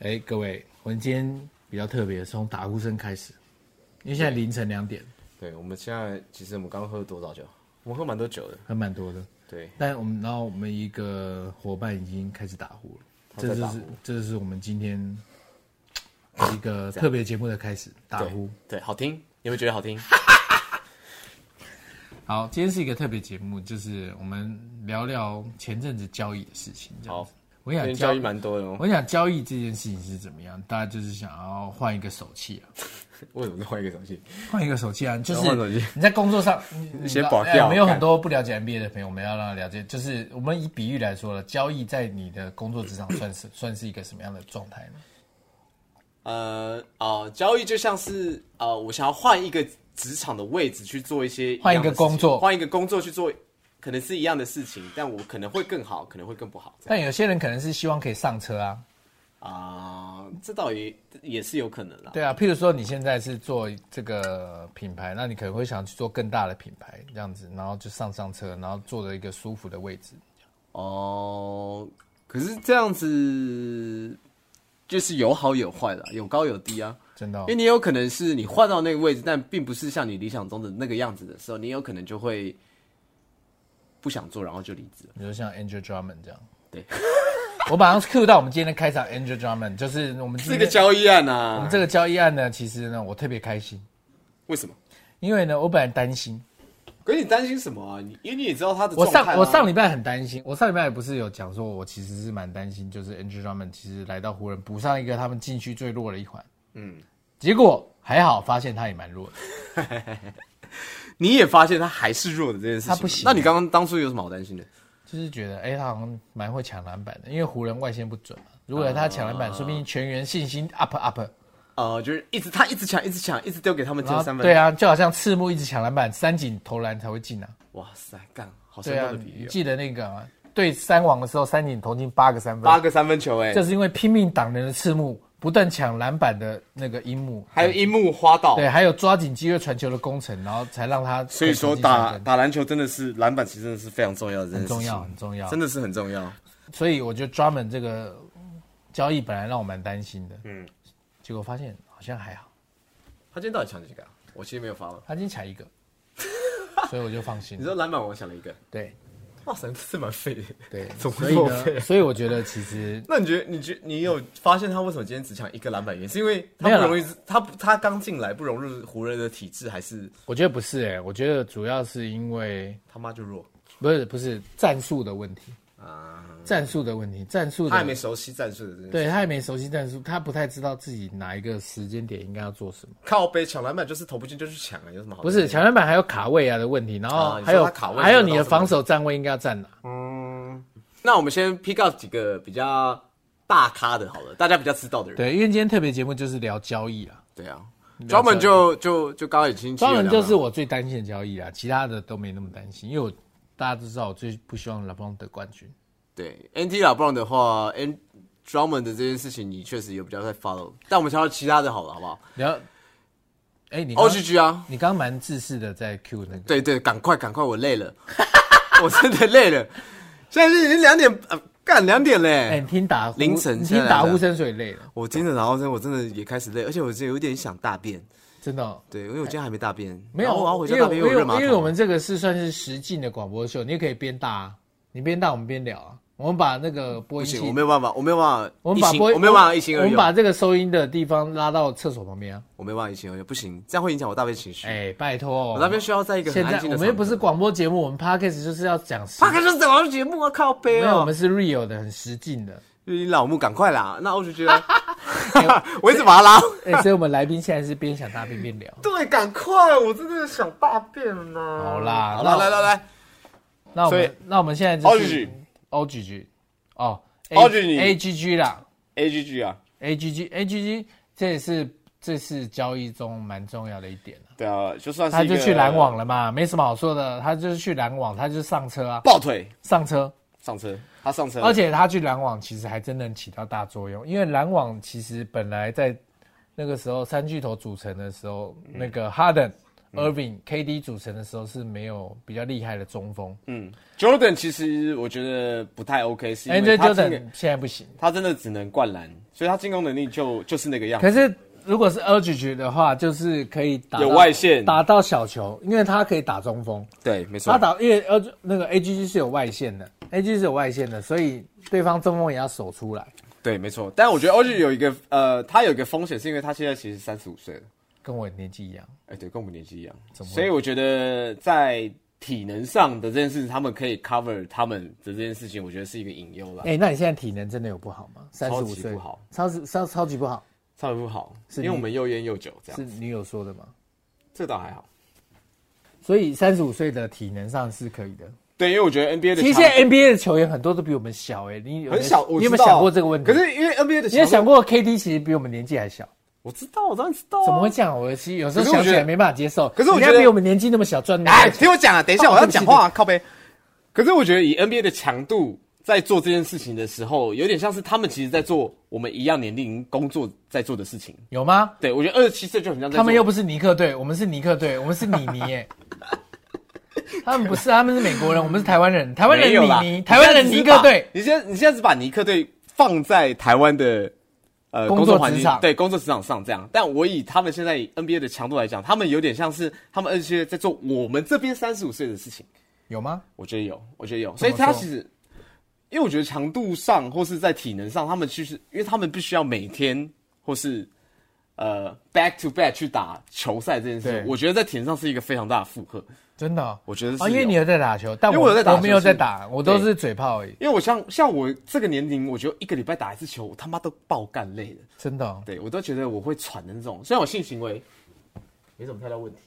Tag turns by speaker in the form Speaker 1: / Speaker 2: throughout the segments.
Speaker 1: 哎，各位，我们今天比较特别，从打呼声开始，因为现在凌晨两点，
Speaker 2: 对，我们现在其实我们刚喝了多少酒？我们喝蛮多酒的。
Speaker 1: 还蛮多的。
Speaker 2: 对，
Speaker 1: 但我们，然后我们一个伙伴已经开始打呼了，
Speaker 2: 他在
Speaker 1: 这就
Speaker 2: 打呼
Speaker 1: 是这就是我们今天一个特别节目的开始，打
Speaker 2: 对
Speaker 1: 呼。
Speaker 2: 对，好听，有没有觉得好 听？
Speaker 1: 好，今天是一个特别节目，就是我们聊聊前阵子交易的事情。这样
Speaker 2: 好
Speaker 1: 子，，我
Speaker 3: 哎
Speaker 1: 想
Speaker 2: 今天交易蛮多的哦。
Speaker 1: 我想交易这件事情是怎么样？大家就是想要换一个手气啊，
Speaker 2: 为什么是换一个手机？
Speaker 1: 换一个手气啊，就
Speaker 2: 换手
Speaker 1: 是
Speaker 2: 气
Speaker 1: 你在工作上，你你
Speaker 2: 先
Speaker 1: 知道
Speaker 2: 保掉
Speaker 1: 哎我们有
Speaker 2: 干
Speaker 1: 很多不了解 NBA 的朋友，我们要让他了解，就是我们以比喻来说了，交易在你的工作职场算是 算是一个什么样的状态呢？
Speaker 3: 呃呃，交易就像是呃，我想要换一个职场的位置去做一些样的
Speaker 1: 换一个
Speaker 3: 事情
Speaker 1: 工作
Speaker 3: 换一个工作去做，可能是一样的事情，但我可能会更好，可能会更不好这样
Speaker 1: 但有些人可能是希望可以上车啊，
Speaker 3: 啊、这倒也也是有可能啦。
Speaker 1: 对啊，譬如说你现在是做这个品牌，那你可能会想去做更大的品牌这样子，然后就上上车，然后坐着一个舒服的位置。
Speaker 3: 哦、可是这样子就是有好有坏啦，有高有低啊。
Speaker 1: 真的、哦
Speaker 3: 因为，你有可能是你换到那个位置，但并不是像你理想中的那个样子的时候，你有可能就会不想做，然后就离职了。
Speaker 1: 你说像 Angel Drummond 这样，
Speaker 3: 对，
Speaker 1: 我马上 cue 到我们今天的开场 Angel Drummond，就是我们
Speaker 3: 这
Speaker 1: 这
Speaker 3: 个交易案
Speaker 1: 我
Speaker 3: 啊
Speaker 1: 们，这个交易案呢，其实呢，我特别开心，
Speaker 3: 为什么？
Speaker 1: 因为呢，我本来担心，
Speaker 3: 可是你担心什么啊？你因为你也知道他的
Speaker 1: 我
Speaker 3: 状态啊
Speaker 1: 上我上礼拜很担心，我上礼拜也不是有讲说，我其实是蛮担心，就是 Angel Drummond 其实来到湖人补上一个他们禁区最弱的一环，嗯，结果还好，发现他也蛮弱的，
Speaker 3: 你也发现他还是弱的这件事情吗，
Speaker 1: 他不行啊
Speaker 3: 那你刚刚当初有什么好担心的？
Speaker 1: 就是觉得哎、他好像蛮会抢篮板的，因为湖人外线不准嘛，如果他抢篮
Speaker 3: 啊
Speaker 1: 板，说不定全员信心 up up，
Speaker 3: 呃，就是一直他一直抢，一直抢，一直丢给他们
Speaker 1: 然
Speaker 3: 丢
Speaker 1: 后
Speaker 3: 三分。
Speaker 1: 对，啊，就好像赤木一直抢篮板，三井投篮才会进啊。
Speaker 3: 哇塞，干，好生
Speaker 1: 对
Speaker 3: 动
Speaker 1: 啊，
Speaker 3: 的比
Speaker 1: 你
Speaker 3: 喻、哦。
Speaker 1: 记得那个吗对三网的时候，三井投进八个三分，
Speaker 3: 八个三分球、哎，
Speaker 1: 这是因为拼命挡人的赤木，不断抢篮板的那个樱木，
Speaker 3: 还有樱木花道。
Speaker 1: 对，还有抓紧机会传球的工程，然后才让他
Speaker 3: 所以说
Speaker 1: 可以投进三
Speaker 3: 打
Speaker 1: 分
Speaker 3: 打篮球真的是篮板，其实真的是非常重要的这件
Speaker 1: 很
Speaker 3: 事情，
Speaker 1: 重要，很重要
Speaker 3: 真。的是很重要。
Speaker 1: 所以我觉得专门这个交易本来让我蛮担心的，嗯，结果发现好像还好，
Speaker 3: 他今天到底抢几个、啊？我其实没有发了。
Speaker 1: 他今天抢一 个，所以我就放心
Speaker 3: 你
Speaker 1: 了。
Speaker 3: 说篮板，我抢了一个。
Speaker 1: 对
Speaker 3: 哇塞，这是蛮废的。
Speaker 1: 对，
Speaker 3: 怎么
Speaker 1: 所以
Speaker 3: 这么
Speaker 1: 呢，所以我觉得其实
Speaker 3: 那你觉得，你觉你有发现他为什么今天只抢一个篮板员？是因为他
Speaker 1: 没有
Speaker 3: 不
Speaker 1: 啦
Speaker 3: 容易，他不他刚进来不融入湖人的体制，还是
Speaker 1: 我觉得不是哎、我觉得主要是因为
Speaker 3: 他妈就弱
Speaker 1: 不是不是战术的问题，
Speaker 3: 啊？
Speaker 1: 战术的问题，战术的
Speaker 3: 他还没熟悉战术的这件事，
Speaker 1: 对他也没熟悉战术，他不太知道自己哪一个时间点应该要做什么。
Speaker 3: 靠背抢篮板就是投不进就去抢啊，有什么好？
Speaker 1: 不是，抢篮板还有卡位啊的问题，然后
Speaker 3: 啊你说
Speaker 1: 还有、
Speaker 3: 他卡位
Speaker 1: 还有
Speaker 3: 这个
Speaker 1: 你的
Speaker 3: 倒是没
Speaker 1: 防守站位应该要站哪？
Speaker 3: 那我们先 pick up 几个比较大咖的，好了，大家比较知道的人。
Speaker 1: 对，因为今天特别节目就是聊交易啊，
Speaker 3: 对啊，专门就就就刚刚已经
Speaker 1: 专门就是
Speaker 3: 我
Speaker 1: 我最担心的交易啊，其他的都没那么担心，因为我大家都知道我最不希望 LeBron 得冠军。
Speaker 3: 对 NT 老布朗的话，N 专门的这件事情你确实有比较在 follow，但我们挑到其他的好了，好不好
Speaker 1: 聊，哎、你刚
Speaker 3: ？O G G 啊，
Speaker 1: 你刚刚蛮自私的在 Q 那个，
Speaker 3: 对对，赶快赶快，我累了， 我真的累了。现在是已经两点，呃，干两点嘞。
Speaker 1: 哎、你听打呼
Speaker 3: 凌晨
Speaker 1: 你
Speaker 3: 现在
Speaker 1: 听打
Speaker 3: 来的
Speaker 1: 呼声所以累了，
Speaker 3: 我听着，然后呢，我真的也开始累，而且我今天有点想大便。
Speaker 1: 真的哦、
Speaker 3: 对，因为我今天还没大便，
Speaker 1: 没
Speaker 3: 然
Speaker 1: 有，
Speaker 3: 后我要回
Speaker 1: 因
Speaker 3: 家
Speaker 1: 为
Speaker 3: 大
Speaker 1: 我
Speaker 3: 便，
Speaker 1: 因
Speaker 3: 因为
Speaker 1: 为
Speaker 3: 热马
Speaker 1: 我
Speaker 3: 桶啊
Speaker 1: 因为我们这个是算是实境的广播秀，你也可以边大、啊，你边大我们边聊啊。我们把那个播
Speaker 3: 不
Speaker 1: 音器
Speaker 3: 行，，我没有办法，我没有办法，
Speaker 1: 我们把
Speaker 3: 一心
Speaker 1: 播音，
Speaker 3: 我没有办法一心
Speaker 1: 我
Speaker 3: 二
Speaker 1: 们
Speaker 3: 用，
Speaker 1: 把这个收音的地方拉到厕所旁边啊。
Speaker 3: 哦我没有办法一心二用，哦不行，这样会影响我大便情绪。
Speaker 1: 哎，拜托，
Speaker 3: 我那边需要在一个很
Speaker 1: 现
Speaker 3: 安
Speaker 1: 在
Speaker 3: 静
Speaker 1: 我
Speaker 3: 的场合。
Speaker 1: 们又不是广播节目，我们 podcast 就是要讲实
Speaker 3: 他，可是早上节目啊，靠背
Speaker 1: 没有，我
Speaker 3: 哦
Speaker 1: 们。是 real 的，很实境的。
Speaker 3: 就是你老木，赶快啦！那我就 觉得， 我一直把他拉。
Speaker 1: 哎，所以我们来宾现在是边想大便边聊。
Speaker 3: 对，赶快！我真的想大便了呢。
Speaker 1: 好啦，
Speaker 3: 好
Speaker 1: 那
Speaker 3: 了，来来来，
Speaker 1: 那我
Speaker 2: 所以
Speaker 1: 们那我们现在就是 O G G，哦，A
Speaker 2: OGG
Speaker 1: A G G 啦。
Speaker 2: A G G 啊，
Speaker 1: A G G A G G，这也是这次交易中蛮重要的一点、啊、
Speaker 2: 对啊，就算是
Speaker 1: 他
Speaker 2: 一
Speaker 1: 就
Speaker 2: 个
Speaker 1: 去拦网了嘛，没什么好说的，他就是去拦网，他就上车啊，
Speaker 2: 抱腿
Speaker 1: 上车，
Speaker 2: 上车，他上车了，
Speaker 1: 而且他去拦网其实还真能起到大作用，因为拦网
Speaker 3: 嗯
Speaker 1: 其实本来在那个时候三巨头组成的时候，那个哈登、 Irving、KD 组成的时候是没有比较厉害的中锋
Speaker 3: 嗯，Jordan 其实我觉得不太 OK，是因
Speaker 1: ，Andrew
Speaker 3: 为他进
Speaker 1: Jordan 现在不行。
Speaker 3: 他真的只能灌篮，所以他进攻能力就就是那个样子。
Speaker 1: 可是如果是 Urge 的话，就是可以打到
Speaker 3: 有外线
Speaker 1: 打到小球，因为他可以打中锋。
Speaker 3: 对，没错
Speaker 1: 他，打因为呃那个 A G G 是有外线的，A G 是有外线的，所以对方中锋也要守出来，
Speaker 3: 对，没错。但我觉得 OG 有一个呃，他有一个风险，是因为他现在其实三十五岁了，
Speaker 1: 跟我年纪一样。
Speaker 3: 哎、对，跟我们年纪一样，
Speaker 1: 怎么会
Speaker 3: 所以我觉得在体能上的这件事情，他们可以 cover 他们的这件事情，我觉得是一个隐忧啦
Speaker 1: 哎、。那你现在体能真的有不好吗？三十五
Speaker 3: 啊级
Speaker 1: 岁
Speaker 3: 不好，
Speaker 1: 超级超超级不好，
Speaker 3: 超级不好，
Speaker 1: 是
Speaker 3: 因为
Speaker 1: 你
Speaker 3: 我们又烟又酒这
Speaker 1: 是
Speaker 3: 样，
Speaker 1: 女友说的吗？
Speaker 3: 这倒还好。
Speaker 1: 所以三十五岁的体能上是可以的。
Speaker 3: 对，因为我觉得 NBA 的
Speaker 1: 其实
Speaker 3: 强
Speaker 1: 现在 NBA 的球员很多都比我们小哎、你有没有
Speaker 3: 很小，我
Speaker 1: 你有没
Speaker 3: 知
Speaker 1: 有
Speaker 3: 道
Speaker 1: 想过这个问题？
Speaker 3: 可是因为 NBA 的
Speaker 1: 你有
Speaker 3: 强
Speaker 1: 想过 KD 其实比我们年纪还小，
Speaker 3: 我知道，我当然知道、啊
Speaker 1: 怎么会？这样？我其实有时候
Speaker 3: 可是我
Speaker 1: 想
Speaker 3: 觉
Speaker 1: 起
Speaker 3: 得
Speaker 1: 来没办法接受。
Speaker 3: 可是我
Speaker 1: 人家
Speaker 3: 觉得
Speaker 1: 比我们年纪那么小赚那么
Speaker 3: 哎，
Speaker 1: 多钱
Speaker 3: 听我讲啊，等一下我要讲
Speaker 1: 哦
Speaker 3: 话、啊，靠背。可是我觉得以 NBA 的强度在做这件事情的时候，有点像是他们其实在做我们一样年龄工作在做的事情。
Speaker 1: 有吗？
Speaker 3: 对，我觉得二十七岁就很像在做
Speaker 1: 他们又不是尼克队，我们是尼克队，我们是米妮 耶。他们不是，他们是美国人，我们是台湾人。台湾人
Speaker 3: 没有啦
Speaker 1: 米妮，台湾人尼克队。
Speaker 3: 你现在你现在是把尼克队放在台湾的呃
Speaker 1: 工作
Speaker 3: 作环
Speaker 1: 职
Speaker 3: 境
Speaker 1: 场
Speaker 3: 对工作职场上这样，但我以他们现在 NBA 的强度来讲，他们有点像是嗯他们二十七岁在做我们这边三十五岁的事情。
Speaker 1: 有吗？
Speaker 3: 我觉得有，我觉得有，
Speaker 1: 怎
Speaker 3: 所
Speaker 1: 么
Speaker 3: 以他
Speaker 1: 说
Speaker 3: 其实，因为我觉得强度上或是在体能上，他们其实，因为他们必须要每天或是呃 back to back 去打球赛这件事
Speaker 1: 对
Speaker 3: 情，我觉得在体能上是一个非常大的负荷。
Speaker 1: 真的哦、
Speaker 3: 我觉得是
Speaker 1: 哦，因为
Speaker 3: 有
Speaker 1: 你有在打球，但
Speaker 3: 因为我有在打球
Speaker 1: 我哦没有在
Speaker 3: 是
Speaker 1: 打，我都
Speaker 3: 对
Speaker 1: 是嘴炮而已。
Speaker 3: 因为我像像我这个年龄，我觉得一个礼拜打一次球，我他妈都爆干累了，
Speaker 1: 真的哦、
Speaker 3: 对我都觉得我会喘的那种。虽然我性行为没什么太大问题，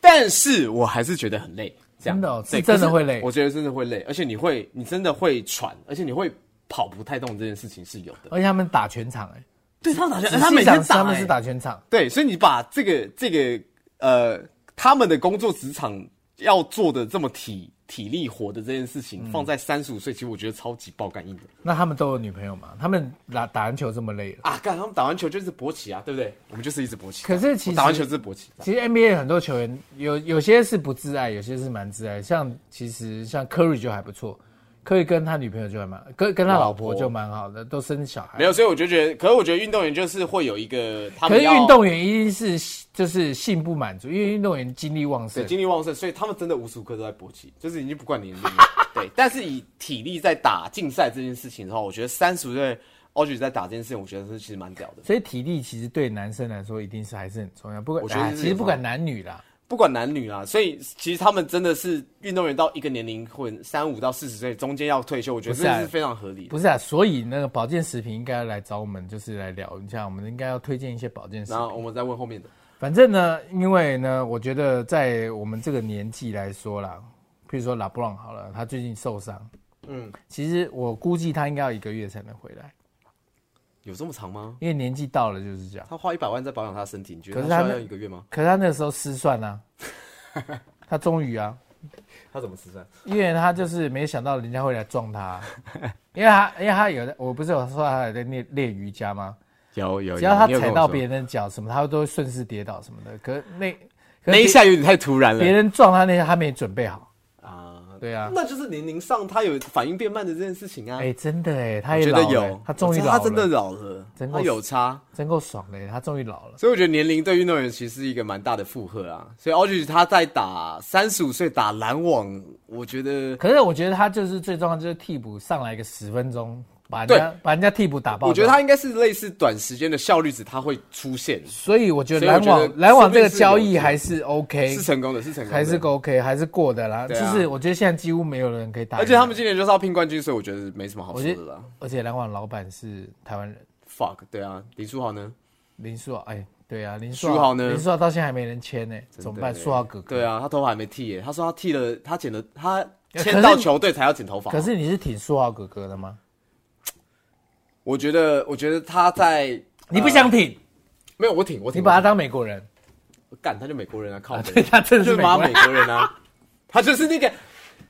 Speaker 3: 但是我还是觉得很累。这样
Speaker 1: 真的哦
Speaker 3: 对
Speaker 1: 是真的
Speaker 3: 可
Speaker 1: 会累
Speaker 3: 我觉得真的会累，而且你会，你真的会喘，而且你会跑不太动，这件事情是有的。
Speaker 1: 而且他们打全场、欸，
Speaker 3: 对他们打球，
Speaker 1: 哎，
Speaker 3: 他每天打、
Speaker 1: 他们是
Speaker 3: 哎
Speaker 1: 打全场，
Speaker 3: 对，所以你把这个这个呃，他们的工作职场要做的这么体体力活的这件事情，
Speaker 1: 嗯
Speaker 3: 放在三十五岁，其实我觉得超级爆肝硬的
Speaker 1: 那他们都有女朋友吗？他们打打篮球这么累了，
Speaker 3: 啊！干，他们打完球就是勃起啊，对不对？我们就是一直勃起。
Speaker 1: 可是其
Speaker 3: 我
Speaker 1: 实
Speaker 3: 打完球就是勃起。啊
Speaker 1: 其实 NBA 很多球员有有些是不自爱，有些是蛮自爱。像其实像 Curry 就还不错，Curry 跟他女朋友就还蛮跟跟他老
Speaker 3: 老
Speaker 1: 婆
Speaker 3: 婆
Speaker 1: 就蛮好的，都生小孩。
Speaker 3: 没有，所以我就觉得，可是我觉得运动员就是会有一个他
Speaker 1: 可
Speaker 3: 们
Speaker 1: 是
Speaker 3: 要
Speaker 1: 运动员一定是就是性不满足，因为运动员精力旺
Speaker 3: 对
Speaker 1: 盛。
Speaker 3: 精力旺盛，所以他们真的无时无刻都在勃起，就是已经不管年龄了。 对，但是以体力在打竞赛这件事情的话，我觉得三十岁 o g 在打这件事情，我觉得是其实蛮屌的。
Speaker 1: 所以体力其实对男生来说一定是还是很重要，不管
Speaker 3: 我觉得
Speaker 1: 哎
Speaker 3: 是
Speaker 1: 其实不管男女啦，
Speaker 3: 不管男女啊啦，所以其实他们真的是运动员到一个年龄，或三五到四十岁中间要退休，我觉得
Speaker 1: 不是啊
Speaker 3: 这是非常合理的。
Speaker 1: 不是啊，所以那个保健食品应该来找我们，就是来聊一下，我们应该要推荐一些保健食
Speaker 3: 然
Speaker 1: 品。
Speaker 3: 后我们再问后面的，
Speaker 1: 反正呢，因为呢，我觉得在我们这个年纪来说啦，譬如说拉布朗好了，他最近受伤，
Speaker 3: 嗯，
Speaker 1: 其实我估计他应该要一个月才能回来，
Speaker 3: 有这么长吗？
Speaker 1: 因为年纪到了就是这样。
Speaker 3: 他花一百万在保养他的身体，你觉
Speaker 1: 可
Speaker 3: 得
Speaker 1: 是
Speaker 3: 他需
Speaker 1: 他
Speaker 3: 要
Speaker 1: 那
Speaker 3: 用一个月吗？
Speaker 1: 可是他那个时候失算 啊，他终于啊，
Speaker 3: 他怎么吃饭？
Speaker 1: 因为他就是没想到人家会来撞他啊、因为他因为他有的，我不是有说他有在练练瑜伽吗？
Speaker 3: 有有，
Speaker 1: 只要他
Speaker 3: 你有跟
Speaker 1: 踩
Speaker 3: 我
Speaker 1: 到
Speaker 3: 说
Speaker 1: 别人的脚什么，他都会顺势跌倒什么的。可是那可
Speaker 3: 那
Speaker 1: 是
Speaker 3: 一下有点太突然
Speaker 1: 别
Speaker 3: 了
Speaker 1: 人撞他那下，他没准备好。
Speaker 3: 啊，
Speaker 1: 对啊
Speaker 3: 那就是年龄上他有反应变慢的这件事情啊。
Speaker 1: 哎、真的哎，他
Speaker 3: 我
Speaker 1: 也
Speaker 3: 觉
Speaker 1: 老
Speaker 3: 得
Speaker 1: 了，
Speaker 3: 有，
Speaker 1: 他终于
Speaker 3: 我
Speaker 1: 老
Speaker 3: 觉
Speaker 1: 了，
Speaker 3: 得他真的老了，
Speaker 1: 真够
Speaker 3: 他有差。
Speaker 1: 真够爽的耶，哎他终于老了。
Speaker 3: 所以我觉得年龄对运动员其实是一个蛮大的负荷啊。所以 o g 他在打三十五岁打篮网，我觉得
Speaker 1: 可是我觉得他就是最重要，就是替补上来一个十分钟，把人
Speaker 3: 对
Speaker 1: 家把人家替补打爆掉。
Speaker 3: 我觉得他应该是类似短时间的效率值，他会出现
Speaker 1: 所以我觉得
Speaker 3: 所以我
Speaker 1: 篮
Speaker 3: 觉得
Speaker 1: 网篮网这个交
Speaker 3: 顺便是
Speaker 1: 易
Speaker 3: 有
Speaker 1: 还是 OK，
Speaker 3: 是成功的，是成功的，
Speaker 1: 哎还是。OK，还是过的啦。
Speaker 3: 对
Speaker 1: 就
Speaker 3: 啊
Speaker 1: 是我觉得现在几乎没有人可以打赢，
Speaker 3: 而且他们今年就是要拼冠军，所以我觉得没什么好
Speaker 1: 我
Speaker 3: 说
Speaker 1: 觉
Speaker 3: 的
Speaker 1: 得
Speaker 3: 啦。
Speaker 1: 而且篮网老板是台湾人
Speaker 3: Fuck，对啊，林书豪呢？
Speaker 1: 林书豪，哎，对啊，林书
Speaker 3: 书豪呢
Speaker 1: 林书豪到现在还没人签呢，怎么办？
Speaker 3: 耶
Speaker 1: 书豪哥哥，
Speaker 3: 对啊，他头发还没剃耶，他说他剃了，他剪了，他
Speaker 1: 可是
Speaker 3: 签到球队才要剪头发。
Speaker 1: 可是你是挺书豪哥哥的吗？
Speaker 3: 我觉得，我觉得他在
Speaker 1: 你不想挺，
Speaker 3: 没有我挺我挺，
Speaker 1: 你把他
Speaker 3: 我挺
Speaker 1: 当美国人，
Speaker 3: 干他就美国人啊，靠北，
Speaker 1: 对他真的
Speaker 3: 就是是
Speaker 1: 美
Speaker 3: 妈
Speaker 1: 国人
Speaker 3: 美。国人啊，他就是那个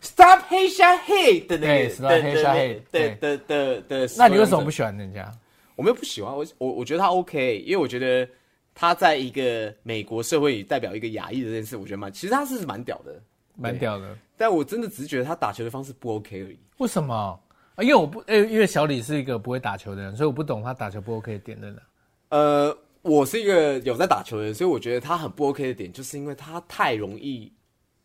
Speaker 3: Stop Hasia Hate 的那
Speaker 1: 对
Speaker 3: 个
Speaker 1: ，Stop
Speaker 3: 的
Speaker 1: Hasia Hate，
Speaker 3: 的的的的的。
Speaker 1: 那你为什么不
Speaker 3: 使
Speaker 1: 喜欢人家？
Speaker 3: 用者？我没有不喜欢，我我我觉得他 OK，因为我觉得他在一个美国社会代表一个亚裔的这件事，我觉得蛮，其实他是蛮屌的。
Speaker 1: 蛮屌的。
Speaker 3: 但我真的只是觉得他打球的方式不 OK 而已。
Speaker 1: 为什么？啊因为我不，因为因为小李是一个不会打球的人，所以我不懂他打球不 OK 的点在哪。
Speaker 3: 呃，我是一个有在打球的人，所以我觉得他很不 OK 的点，就是因为他太容易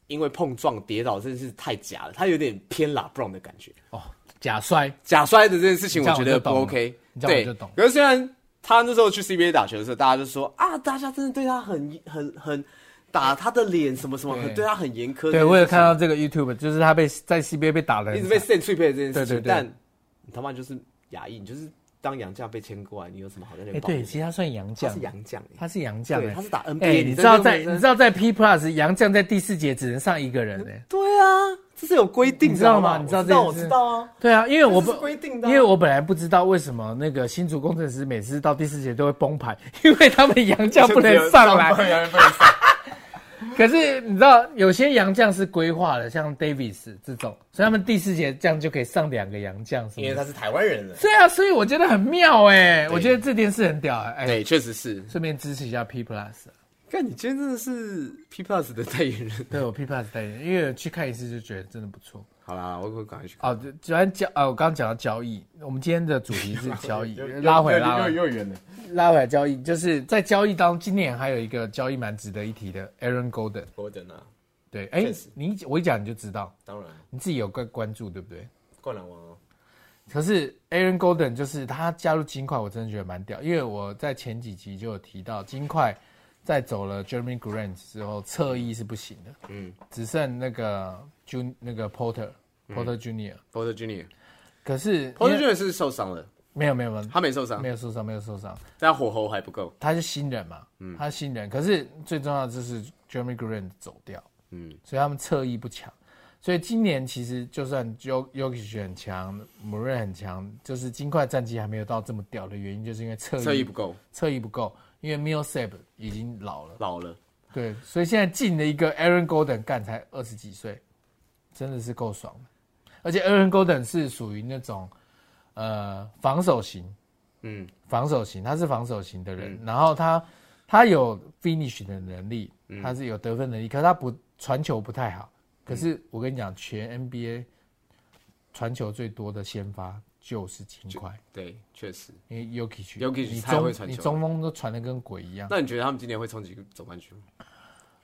Speaker 3: 因为碰撞跌倒，真的是太假了。他有点偏拉布朗的感觉，
Speaker 1: 哦，假摔，
Speaker 3: 假摔的这件事情，
Speaker 1: 你这样
Speaker 3: 我觉
Speaker 1: 我
Speaker 3: 得
Speaker 1: 就
Speaker 3: 不
Speaker 1: 懂了
Speaker 3: OK。
Speaker 1: 你这样我
Speaker 3: 对
Speaker 1: 就懂，
Speaker 3: 可是虽然他那时候去 CBA 打球的时候，大家就说啊，大家真的对他很很很打他的脸什么什么，
Speaker 1: 对
Speaker 3: 很对他很严苛。
Speaker 1: 对我有看到这个 YouTube，就是他被在 CBA 被打的，
Speaker 3: 一直被 send 脆配这件事情，
Speaker 1: 对对对
Speaker 3: 但你他妈就是亚裔，你就是当洋将被签过来，你有什么好在那
Speaker 1: 哎、
Speaker 3: 边抱
Speaker 1: 对，
Speaker 3: 怨？
Speaker 1: 其实他算洋
Speaker 3: 他
Speaker 1: 将
Speaker 3: 是，洋将，欸
Speaker 1: 他是洋将、
Speaker 3: 对
Speaker 1: 哎
Speaker 3: 他是打 NBA
Speaker 1: 哎、
Speaker 3: 你
Speaker 1: 你知
Speaker 3: 在
Speaker 1: 道
Speaker 3: 那
Speaker 1: 在
Speaker 3: 边
Speaker 1: 你知道在 P Plus 洋将在第四节只能上一个人哎、
Speaker 3: 对啊，这是有规定的，
Speaker 1: 你知道吗
Speaker 3: 好不好
Speaker 1: 你知道
Speaker 3: 我知道，
Speaker 1: 这
Speaker 3: 我
Speaker 1: 件事
Speaker 3: 知道啊。
Speaker 1: 对啊，因为我
Speaker 3: 这
Speaker 1: 不
Speaker 3: 是规定的啊
Speaker 1: 因为我本来不知道为什么那个新竹工程师每次到第四节都会崩盘，因为他们洋将不能上来。
Speaker 2: 来，不能上。
Speaker 1: 可是你知道，有些洋将是规划的，像 Davis 这种，所以他们第四节这样就可以上两个洋将，是
Speaker 2: 因为
Speaker 1: 吗？
Speaker 2: 他是台湾人了。
Speaker 1: 对啊，所以我觉得很妙哎、我觉得这件事很屌哎、哎，
Speaker 3: 对，确实是。
Speaker 1: 顺便支持一下 P Plus，
Speaker 3: 看你今天真的是 P Plus 的代言人。
Speaker 1: 对我 P Plus 代言，因为去看一次就觉得真的不错。
Speaker 3: 好啦，我我赶快去看。
Speaker 1: 哦，对既然交哦，我刚刚讲到交易，我们今天的主 题是交易
Speaker 2: 又，
Speaker 1: 拉回来拉回来
Speaker 2: 又又远了。
Speaker 1: 拉回来交易，就是在交易当中，今年还有一个交易蛮值得一提的，Aaron Golden。
Speaker 2: 我等啊，
Speaker 1: 对，哎、
Speaker 2: 确实
Speaker 1: 你一我一讲你就知道，
Speaker 2: 当然，
Speaker 1: 你自己有关关注，对不对？
Speaker 2: 灌篮王哦，
Speaker 1: 可是 Aaron Golden 就是他加入金块，我真的觉得蛮屌，因为我在前几集就有提到，金块在走了 Jeremy Grant 之后，侧翼是不行的，
Speaker 3: 嗯
Speaker 1: 只剩那个 Jun 那个 Porter Porter Junior，、
Speaker 3: ，Porter Junior，Porter
Speaker 1: 可是
Speaker 3: 嗯 Junior 啊是受伤了，
Speaker 1: 没有没有没有
Speaker 3: 他没受伤
Speaker 1: 没，有受伤，没有受伤。
Speaker 3: 但火候还不够。
Speaker 1: 他是新人嘛，
Speaker 3: 嗯
Speaker 1: 他是新人，可是最重要的就是 Jeremy Grant 走掉，
Speaker 3: 嗯
Speaker 1: 所以他们侧翼不强，所以今年其实就算 Jo Jokic 很强，姆瑞很强，就是金块战绩还没有到这么屌的原因，就是因为侧
Speaker 3: 侧翼
Speaker 1: 翼
Speaker 3: 不够，
Speaker 1: 侧翼不够，因为 Millsap 已经老了，
Speaker 3: 老了。
Speaker 1: 对，所以现在进了一个 Aaron Golden 干才二十几岁，真的是够爽的，而且 Aaron Golden 是属于那种呃防守型，
Speaker 3: 嗯
Speaker 1: 防守型，他是防守型的人，然后他他有 finish 的能力，
Speaker 3: 嗯
Speaker 1: 他是有得分能力，可是他不传球不太好。可
Speaker 3: 嗯
Speaker 1: 是我跟你讲，全 NBA 传球最多的先发就是金块，
Speaker 3: 对，确实。
Speaker 1: 因为 Yuki
Speaker 3: Jokic
Speaker 1: 你
Speaker 3: 太会
Speaker 1: 中
Speaker 3: 传球
Speaker 1: 你
Speaker 3: 了
Speaker 1: 中锋都传的跟鬼一样，
Speaker 3: 那你觉得他们今年会冲击总冠军吗？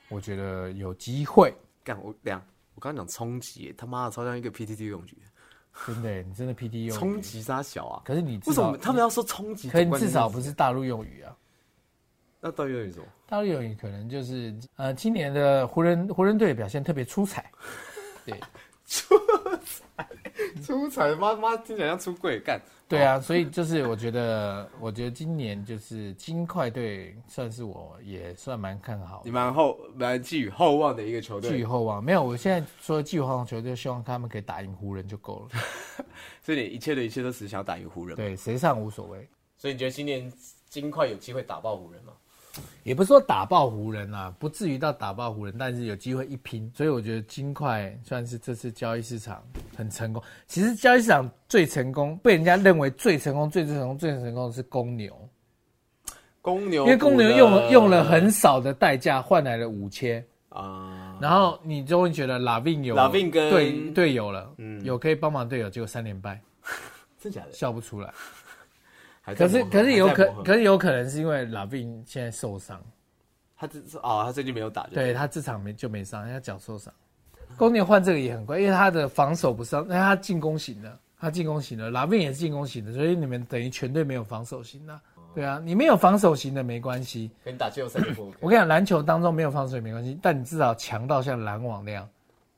Speaker 1: 我觉得有机 会，
Speaker 3: 干我两，我刚刚讲冲击耶，他妈的超像一个 PTT 用具，
Speaker 1: 真的耶，你真的 PT 用
Speaker 3: 冲
Speaker 1: 语，
Speaker 3: 击杀小啊！
Speaker 1: 可是你至
Speaker 3: 为什
Speaker 1: 少
Speaker 3: 么他们要说冲击
Speaker 1: 可是
Speaker 3: 总
Speaker 1: 你
Speaker 3: 冠军？
Speaker 1: 至少不是大陆用语啊。
Speaker 3: 那到底有什么？
Speaker 1: 大陆用语可能就是呃，今年的湖人湖人队表现特别出彩，对，
Speaker 3: 出彩妈妈听起来像出柜干，
Speaker 1: 对啊，所以就是我觉得，我觉得今年就是金块队算是我也算蛮看好
Speaker 3: 你
Speaker 1: 的，
Speaker 3: 蛮后蛮寄予厚望的一个球
Speaker 1: 寄予
Speaker 3: 队，
Speaker 1: 厚望。没有，我现在说寄予厚望球队，希望他们可以打赢湖人就够了。
Speaker 3: 所以你一切的一切都只想要打赢湖人。，
Speaker 1: 对，谁上无所谓，
Speaker 2: 所以你觉得今年金块有机会打爆湖人吗？
Speaker 1: 也不是说打爆湖人啊，不至于到打爆湖人，但是有机会一拼。所以我觉得金块算是这次交易市场很成功。其实交易市场最成功，被人家认为最成功、最成功、最成功的是公牛，
Speaker 3: 公牛
Speaker 1: 因
Speaker 3: 补
Speaker 1: 为公牛用了用了很少的代价换来了五千。
Speaker 3: 啊，
Speaker 1: 然后你终于觉得拉宾有
Speaker 3: Lavin 跟嗯
Speaker 1: 队队友了，有可以帮忙队友，结果三连败，
Speaker 3: 真假的？
Speaker 1: 笑不出来。
Speaker 3: 还
Speaker 1: 可
Speaker 3: 在
Speaker 1: 是
Speaker 3: 磨合
Speaker 1: 可是有
Speaker 3: 还在
Speaker 1: 可
Speaker 3: 磨合
Speaker 1: 可是有可能是因为拉宾现在受伤，
Speaker 3: 他这哦，他最近没有打就
Speaker 1: 对他这场没就没伤，他脚受伤。公牛换这个也很怪，因为他的防守不上，但他进攻型的，他进攻型的，拉宾也是进攻型的，所以你们等于全队没有防守型的。
Speaker 3: 哦
Speaker 1: 对啊，你没有防守型的没关系，
Speaker 2: 可你打季后赛就不 OK
Speaker 1: 我跟你讲，篮球当中没有防守也没关系，但你至少强到像篮网那样，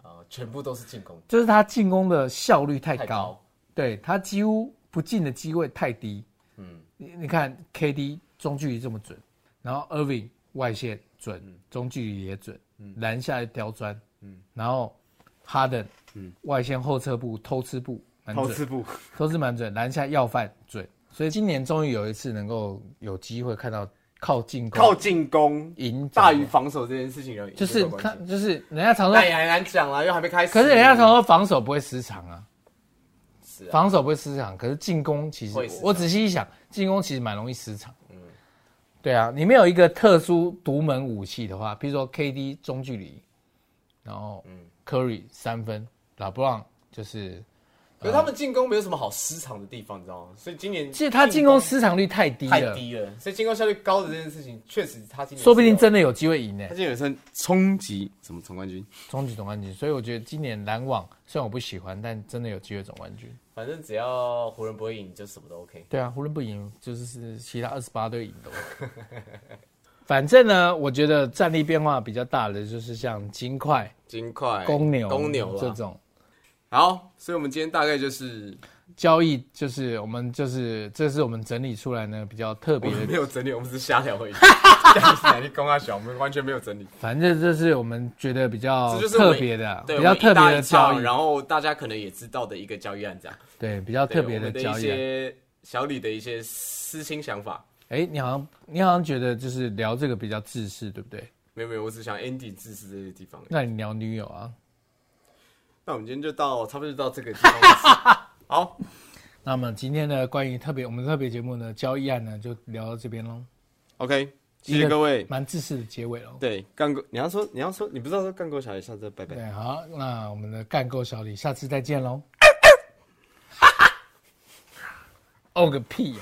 Speaker 2: 啊，全部都是进攻，
Speaker 1: 就是他进攻的效率太
Speaker 2: 太
Speaker 1: 高
Speaker 2: 高。
Speaker 1: 对他几乎不进的机会太低。
Speaker 2: 嗯，
Speaker 1: 你你看 KD 中距离这么准，然后 Irving 外线准，中距离也准，篮下刁钻，嗯，然后 Harden，嗯，外线后撤步偷吃步蛮
Speaker 3: 偷
Speaker 1: 准，
Speaker 3: 吃步，
Speaker 1: 偷吃蛮准，篮下要饭准，所以今年终于有一次能够有机会看到靠进攻
Speaker 3: 靠进攻
Speaker 1: 赢
Speaker 3: 大于防守这件事情而已，
Speaker 1: 就是
Speaker 2: 看，
Speaker 1: 看就是人家常说
Speaker 2: 但，也哎很难讲啦，因为还没开始。
Speaker 1: 可是人家常说防守不会失常啊。
Speaker 2: 是啊，
Speaker 1: 防守不会失常，可是进攻其实嗯
Speaker 2: 会失常
Speaker 1: 我仔细一想，进攻其实蛮容易失常。对啊，你没有一个特殊独门武器的话，比如说 KD 中距离，然后 Curry 三分，老布朗就是，
Speaker 3: 可是他们进攻没有什么好失常的地方，你知道吗？所以今年
Speaker 1: 其实他进攻失常率太低
Speaker 3: 太
Speaker 1: 了，
Speaker 3: 低了，所以进攻效率高的这件事情，确实他今年
Speaker 1: 说不定
Speaker 3: 是有
Speaker 1: 真的有机会赢呢、
Speaker 4: 他今天有声冲击什么总冠军，
Speaker 1: 终极总冠军。所以我觉得今年篮网虽然我不喜欢，但真的有机会总冠军。
Speaker 3: 反正只要湖人不会赢，就什么都 OK。
Speaker 1: 对啊，湖人不赢就是是其他二十八队赢的。 反正呢，我觉得战力变化比较大的就是像金块、
Speaker 3: 金块、
Speaker 1: 公牛、
Speaker 3: 哎公牛
Speaker 1: 这
Speaker 3: 啦。
Speaker 1: 种
Speaker 4: 好，所以我们今天大概就是
Speaker 1: 交易，就是我们就是这是我们整理出来呢比较特
Speaker 3: 我
Speaker 1: 别
Speaker 3: 们
Speaker 1: 的
Speaker 3: 没，有整理，我们只是瞎聊 而已。哪里公啊小，我们完全没有整理。
Speaker 1: 反正这是我们觉得比较
Speaker 4: 哦
Speaker 3: 这就是我
Speaker 1: 特
Speaker 3: 们
Speaker 1: 别的、
Speaker 3: 对，
Speaker 1: 比较
Speaker 3: 我们
Speaker 1: 特
Speaker 3: 一大
Speaker 1: 别的
Speaker 3: 一小
Speaker 1: 交易，
Speaker 3: 然后大家可能也知道的一个交易案，这样
Speaker 1: 对比较特别的
Speaker 3: 对我
Speaker 1: 交
Speaker 3: 们一
Speaker 1: 易啊。
Speaker 3: 些小李的一些私心想法。
Speaker 1: 哎、你好像你好像觉得就是聊这个比较自私，对不对？
Speaker 3: 没有没有，我只想 Andy 自私这些地方而已。
Speaker 1: 那你聊女友啊？
Speaker 3: 那我们今天就到，差不多就到这个地方为止。 好，
Speaker 1: 那么今天的关于特别我们的特别节目呢，交易案呢就聊到这边喽，
Speaker 4: OK，谢
Speaker 1: 一
Speaker 4: 谢
Speaker 1: 个
Speaker 4: 各位。
Speaker 1: 蛮自私的结尾喽。
Speaker 4: 对，干过你要说你要说你不知道说干过小孩，下次再拜拜。
Speaker 1: 对，好，那我们的干够小李，下次再见喽。哦个屁呀、